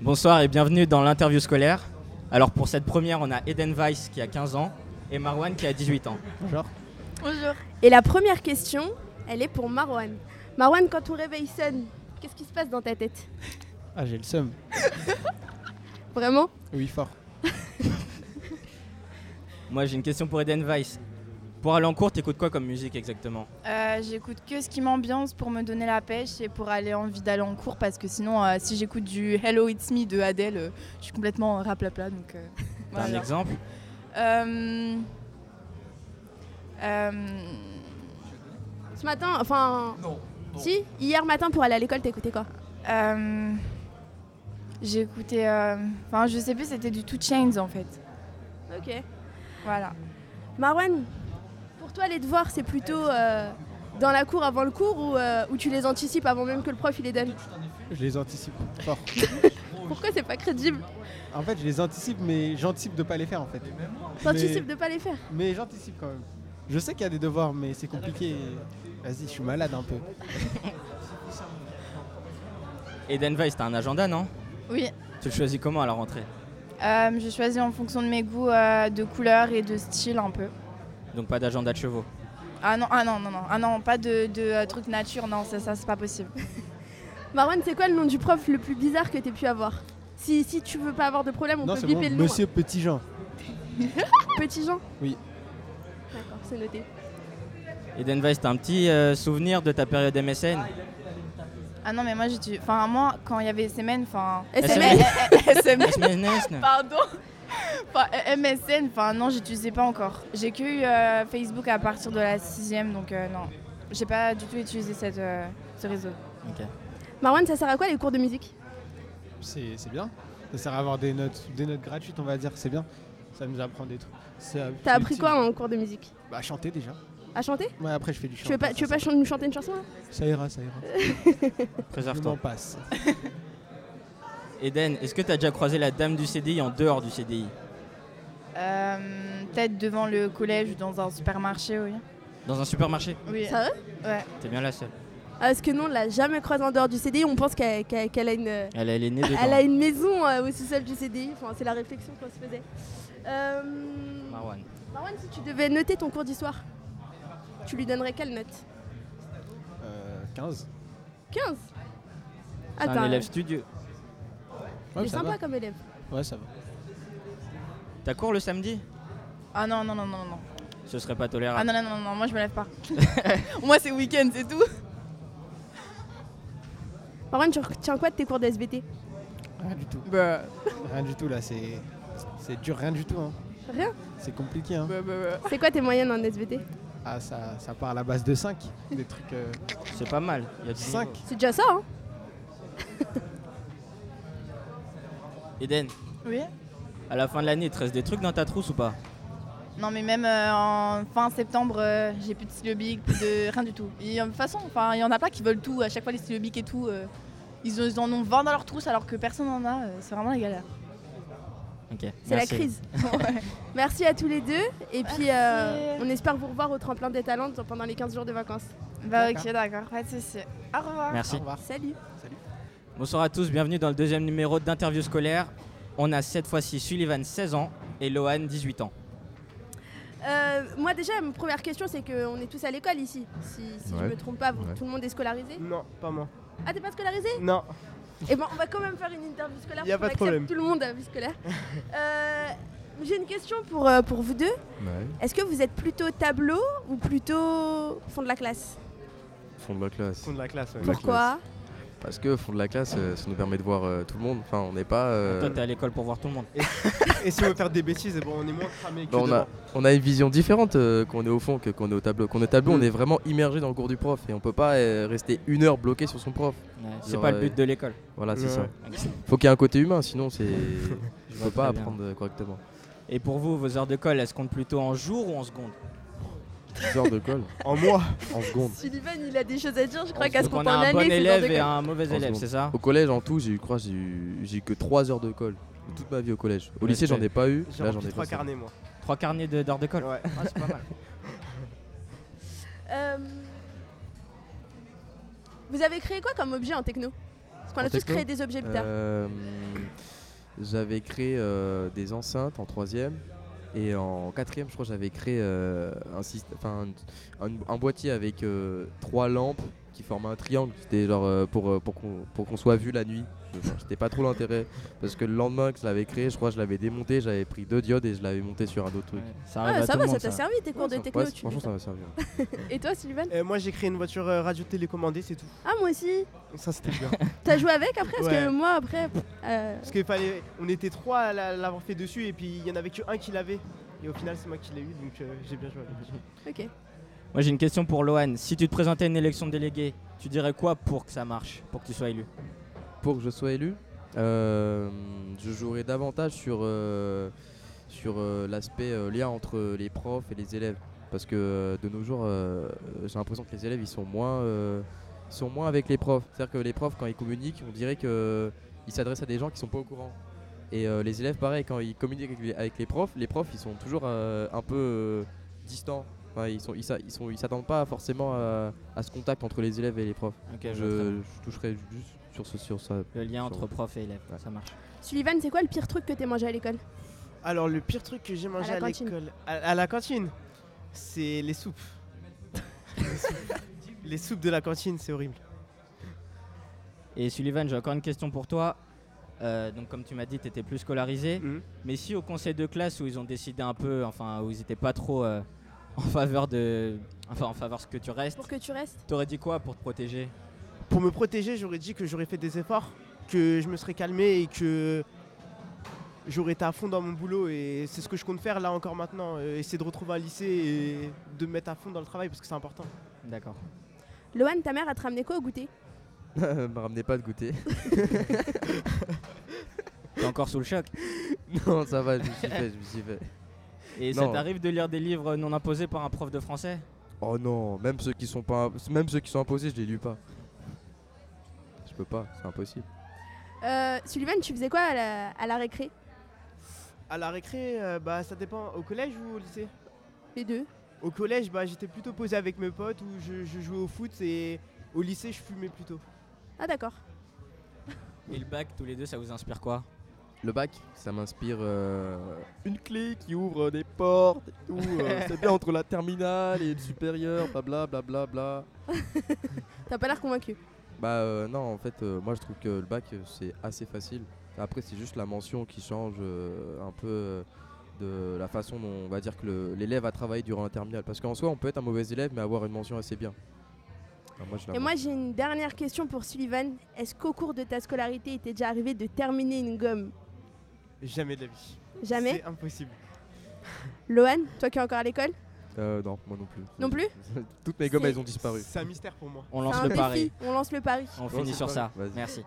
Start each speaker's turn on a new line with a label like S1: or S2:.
S1: Bonsoir et bienvenue dans l'interview scolaire. Alors pour cette première, on a Eden Weiss qui a 15 ans et Marwan qui a 18 ans. Bonjour.
S2: Bonjour.
S3: Et la première question, elle est pour Marwan. Marwan, quand ton réveil sonne, qu'est-ce qui se passe dans ta tête
S4: Ah, j'ai le seum.
S3: Vraiment
S4: Oui, fort.
S1: Moi j'ai une question pour Eden Weiss. Pour aller en cours, t'écoutes quoi comme musique exactement
S2: Euh, j'écoute que ce qui m'ambiance pour me donner la pêche et pour aller envie d'aller en cours parce que sinon, euh, si j'écoute du Hello It's Me de Adele, euh, je suis complètement raplapla. Donc, euh,
S1: T'as un
S2: voilà.
S1: exemple
S2: Euh, euh,
S3: Ce matin, enfin. Non. Si Hier matin, pour aller à l'école, t'écoutais quoi
S2: euh, j'ai écouté. euh, Enfin, je sais plus, c'était du Two Chains en fait.
S3: Ok.
S2: Voilà.
S3: Marwan, pour toi, les devoirs, c'est plutôt euh, dans la cour avant le cours ou, euh, ou tu les anticipes avant même que le prof il les donne
S4: Je les anticipe fort.
S3: Pourquoi c'est pas crédible
S4: En fait, je les anticipe, mais j'anticipe de pas les faire en fait.
S3: T'anticipes de pas les faire
S4: Mais j'anticipe quand même. Je sais qu'il y a des devoirs, mais c'est compliqué. Vas-y, je suis malade un peu.
S1: Eden Weiss, t'as un agenda non
S2: Oui.
S1: Tu le choisis comment à la rentrée
S2: Euh, je choisis en fonction de mes goûts euh, de couleur et de style un peu.
S1: Donc pas d'agenda de chevaux.
S2: Ah non, ah non, non, non, ah non, pas de, de euh, truc nature, non, ça, ça c'est pas possible.
S3: Marwan, c'est quoi le nom du prof le plus bizarre que t'aies pu avoir si, si tu veux pas avoir de problème, on
S4: non,
S3: peut
S4: c'est
S3: biper
S4: bon,
S3: le nom.
S4: Monsieur Petit Jean.
S3: Petit Jean
S4: Oui.
S3: D'accord, c'est noté.
S1: Eden Weiss, t'as un petit euh, souvenir de ta période MSN
S2: Ah non, mais moi j'ai dû. Enfin, moi, quand il y avait SMN, enfin.
S3: SMS
S2: SMN,
S1: SMSN.
S2: pardon Enfin, euh, MSN, enfin non, j'utilisais pas encore. J'ai que eu euh, Facebook à partir de la 6ème, donc euh, non. J'ai pas du tout utilisé cette, euh, ce réseau.
S1: Ok.
S3: Marwan, ça sert à quoi les cours de musique
S4: C'est c'est bien. Ça sert à avoir des notes, des notes gratuites, on va dire. C'est bien. Ça nous apprend des trucs. C'est- c'est
S3: T'as appris
S4: utile.
S3: quoi en cours de musique
S4: Bah, chanter déjà.
S3: À chanter
S4: Ouais, après, je fais du chant.
S3: Tu veux pas,
S4: ça,
S3: tu veux
S4: ça-
S3: pas chan- nous chanter une chanson hein là
S4: Ça ira, ça ira. Je
S1: Préserve-toi.
S4: m'en passe.
S1: Eden, est-ce que t'as déjà croisé la dame du CDI en dehors du CDI
S2: Euh, Peut-être devant le collège ou dans un supermarché, oui.
S1: Dans un supermarché
S2: Oui.
S3: Ça va Ah,
S2: Ouais.
S1: T'es bien la seule.
S3: Parce que non, on l'a jamais croisée en dehors du CDI. On pense qu'elle qu'elle- qu'elle a, une,
S1: Elle, elle est née dedans.
S3: elle a une maison euh, au sous-sol du CDI. Enfin, c'est la réflexion qu'on se faisait. Euh,
S1: Marwan.
S3: Marwan, si tu devais noter ton cours d'histoire, tu lui donnerais quelle note
S4: Euh, 15.
S3: 15
S1: C'est
S3: Attends,
S1: un élève studieux.
S3: il
S4: Ouais,
S3: est
S4: ça
S3: sympa comme élève.
S4: va. Ouais, ça va.
S1: T'as cours le samedi
S2: Ah non, non, non, non, non.
S1: Ce serait pas tolérable.
S2: Ah non, non, non, non, moi je me lève pas. moi c'est week-end, c'est tout.
S3: Marwan, tu retiens quoi de tes cours d'SBT
S4: Rien du tout.
S2: Bah,
S4: Rien du tout, là. C'est c'est dur, rien du tout. hein.
S3: Rien.
S4: C'est compliqué. Hein.
S2: bah, bah, bah.
S3: C'est quoi tes moyennes en SBT
S4: Ah, ça, ça part à la base de 5. Des trucs. euh,
S3: Ah
S1: C'est pas mal. Il y a du
S4: Cinq.
S1: niveau.
S3: C'est déjà ça, hein
S1: Eden,
S2: Oui.
S1: à la fin de l'année, il te reste des trucs dans ta trousse ou pas
S2: Non mais même euh, en fin septembre, euh, j'ai plus de stylobic, plus de rien du tout. Et, euh, de toute façon, enfin, il y en a plein qui veulent tout, à chaque fois les stylobics et tout. euh, ils, en- ils en ont 20 dans leur trousse alors que personne n'en a, euh, c'est vraiment la galère.
S1: Ok.
S3: C'est la
S1: merci.
S3: crise.
S2: Ouais.
S3: Merci à tous les deux. Et
S2: Merci.
S3: puis, euh, on espère vous revoir au tremplin des talents pendant les 15 jours de vacances.
S2: bah ok, d'accord, pas de souci. Au revoir.
S1: Merci.
S4: Au revoir.
S3: Salut
S1: Bonsoir à tous, bienvenue dans le deuxième numéro d'Interview scolaire. On a cette fois-ci Sullivan, 16 ans, et Lohan, 18 ans.
S3: Euh, moi déjà, ma première question, c'est qu'on est tous à l'école ici. Si, si je
S5: Ouais.
S3: me trompe pas, vous-
S5: Ouais.
S3: tout le monde est scolarisé.
S6: Non, pas moi.
S3: Ah, t'es pas scolarisé
S6: Non,
S3: Eh ben, on va quand même faire une interview scolaire.
S6: Y a
S3: parce
S6: pas
S3: qu'on
S6: de
S3: accepte
S6: problème.
S3: Tout le monde à vie scolaire. Euh, J'ai une question pour, euh, pour vous deux.
S5: Ouais,
S3: Est-ce que vous êtes plutôt tableau ou plutôt fond de la classe
S5: fond de la classe.
S6: fond de la classe. ouais.
S5: Fond de la
S3: Pourquoi
S5: Parce que fond de la classe, euh, ça nous permet de voir euh, tout le monde. Enfin, on n'est pas. euh,
S1: Toi, t'es à l'école pour voir tout le monde.
S6: Et si on veut faire des bêtises, eh ben, on est moins cramé que
S5: bah, on, a,
S6: devant.
S5: on a une vision différente euh, qu'on est au fond que qu'on est au tableau. Qu'on est au tableau, on est vraiment immergé dans le cours du prof et on peut pas euh, rester une heure bloqué sur son prof.
S1: Ouais, c'est
S5: Genre,
S1: pas le
S5: euh,
S1: but de l'école.
S5: Voilà, c'est
S6: Ouais.
S5: ça. Faut qu'il y ait un côté humain, sinon c'est. Je
S1: vois
S5: peux pas
S1: très bien.
S5: apprendre euh, correctement.
S1: Et pour vous, vos heures de colle, elles se comptent plutôt en jours ou en secondes
S5: 10 heures de colle
S6: En moi,
S5: en seconde.
S3: Sullivan, il a des choses à dire, je crois qu'à ce
S1: Donc
S3: qu'on
S1: on a un bon élève et
S3: un...
S1: un mauvais
S5: En
S1: élève,
S5: secondes.
S1: c'est ça
S5: Au collège, en tout, j'ai eu, je crois, j'ai eu, j'ai eu que 3 heures de colle. de Toute ma vie au collège. Au
S1: Ouais,
S5: lycée,
S1: c'est-
S5: j'en ai pas eu.
S6: j'ai
S5: Là, j'en
S6: rempli
S5: ai
S6: trois
S5: pas.
S6: carnets, moi.
S1: Trois carnets de- d'heures de colle
S6: Ouais.
S1: Ah, c'est pas mal.
S3: Euh, Vous avez créé quoi comme objet en techno Parce qu'on
S5: En
S3: a tous
S5: techno
S3: créé des objets plus tard.
S5: Euh, j'avais créé euh, des enceintes en troisième. Et en quatrième, je crois, j'avais créé euh, un, syst- enfin, un, un- un boîtier avec euh, trois lampes qui formaient un triangle. C'était genre euh, pour, euh, pour qu'on pour qu'on soit vu la nuit. Enfin, C'était pas trop l'intérêt. Parce que le lendemain que je l'avais créé, je crois, que je l'avais démonté, j'avais pris deux diodes et je l'avais monté sur un autre truc.
S1: Ça
S3: Ah,
S5: bah,
S1: arrive à
S3: ça
S1: tout
S3: va,
S1: le
S3: ça
S1: monde.
S3: t'a
S1: ça.
S3: servi tes cours de
S5: Ouais,
S3: techno.
S5: ça-
S3: tu
S5: franchement,
S3: fais
S5: ça va servir.
S3: ça. Et toi, Sylvain
S6: Euh, moi, j'ai créé une voiture euh, radio-télécommandée, c'est tout.
S3: Ah, moi aussi.
S6: Ça, c'était bien.
S3: T'as joué avec après Parce que
S6: Ouais.
S3: moi, après. pff, euh,
S6: Parce qu'il fallait. On était trois à la- l'avoir fait dessus, et puis il y en avait que un qui l'avait. Et au final, c'est moi qui l'ai eu, donc euh, j'ai bien joué avec.
S3: Ok.
S1: Moi j'ai une question pour Lohan. Si tu te présentais à une élection de délégué, tu dirais quoi pour que ça marche, pour que tu sois élu
S5: pour que je sois élu, euh, je jouerai davantage sur, euh, sur euh, l'aspect euh, lien entre les profs et les élèves. Parce que euh, de nos jours, euh, j'ai l'impression que les élèves, ils sont moins, euh, ils sont moins avec les profs. C'est-à-dire que les profs, quand ils communiquent, on dirait qu'ils s'adressent à des gens qui sont pas au courant. Et euh, les élèves, pareil, quand ils communiquent avec les, avec les profs, les profs, ils sont toujours euh, un peu euh, distants. Enfin, ils sont, ils s'a- ils sont- ils s'attendent pas forcément à- à ce contact entre les élèves et les profs.
S1: Ok,
S5: Je, je toucherai juste sur ce sur ça.
S1: Le lien
S5: sur-
S1: entre prof et élève,
S5: Ouais.
S1: ça marche.
S3: Sullivan, c'est quoi le pire truc que t'aies mangé à l'école
S6: Alors, le pire truc que j'ai mangé
S3: la
S6: à,
S3: cantine.
S6: l'école, à, à la cantine, c'est les soupes. les soupes. Les soupes de la cantine, c'est horrible.
S1: Et Sullivan, j'ai encore une question pour toi. Euh, donc comme tu m'as dit, tu étais plus scolarisé.
S5: Mm.
S6: Mhm.
S1: Mais si au conseil de classe où ils ont décidé un peu, enfin où ils n'étaient pas trop euh, en faveur de, enfin en faveur de ce que tu restes,
S3: Pour que tu restes
S1: t'aurais dit quoi pour te protéger
S6: Pour me protéger, j'aurais dit que j'aurais fait des efforts, que je me serais calmé et que j'aurais été à fond dans mon boulot. Et c'est ce que je compte faire là encore maintenant. euh, essayer de retrouver un lycée et de me mettre à fond dans le travail parce que c'est important.
S1: D'accord.
S3: Lohan, ta mère, elle te ramené quoi au goûter
S5: Euh, Me ramenez pas de goûter.
S1: T'es encore sous le choc.
S5: non, ça va, je me suis fait, je me suis fait.
S1: Et ça
S5: Non.
S1: t'arrive de lire des livres non imposés par un prof de français
S5: Oh non, même ceux qui sont pas, même ceux qui sont imposés, je les lis pas. Je peux pas, c'est impossible.
S3: euh, Sullivan, tu faisais quoi à la, à la récré
S6: À la récré, euh, bah, ça dépend au collège ou au lycée
S3: Les deux.
S6: Au collège, bah, j'étais plutôt posé avec mes potes où je, je jouais au foot et au lycée, je fumais plutôt.
S3: Ah, d'accord.
S1: Et le bac, tous les deux, ça vous inspire quoi
S5: Le bac, ça m'inspire euh, une clé qui ouvre des portes et tout. euh, c'est bien entre la terminale et le supérieur, blabla, blabla, bla.
S3: T'as pas l'air convaincu.
S5: Bah euh, non, en fait, euh, moi je trouve que le bac euh, c'est assez facile. Après, c'est juste la mention qui change euh, un peu euh, de la façon dont on va dire que le- l'élève a travaillé durant la terminale. Parce qu'en soi, on peut être un mauvais élève mais avoir une mention assez bien. Enfin, moi, je la
S3: Et
S5: vois.
S3: moi, j'ai une dernière question pour Sullivan. Est-ce qu'au cours de ta scolarité, il t'est déjà arrivé de terminer une gomme
S6: Jamais de la vie.
S3: Jamais
S6: C'est impossible.
S3: Lohan, toi qui es encore à l'école
S5: Euh, non, moi non plus.
S3: Non plus
S5: Toutes mes gommes,
S3: C'est-
S5: elles ont disparu.
S6: C'est un mystère pour moi.
S1: On
S3: C'est
S1: lance
S3: un
S1: le
S3: défi.
S1: pari.
S3: On lance le pari.
S1: On
S5: Lance
S1: finit
S5: le
S1: sur
S5: pari.
S1: ça.
S5: Vas-y.
S1: Merci.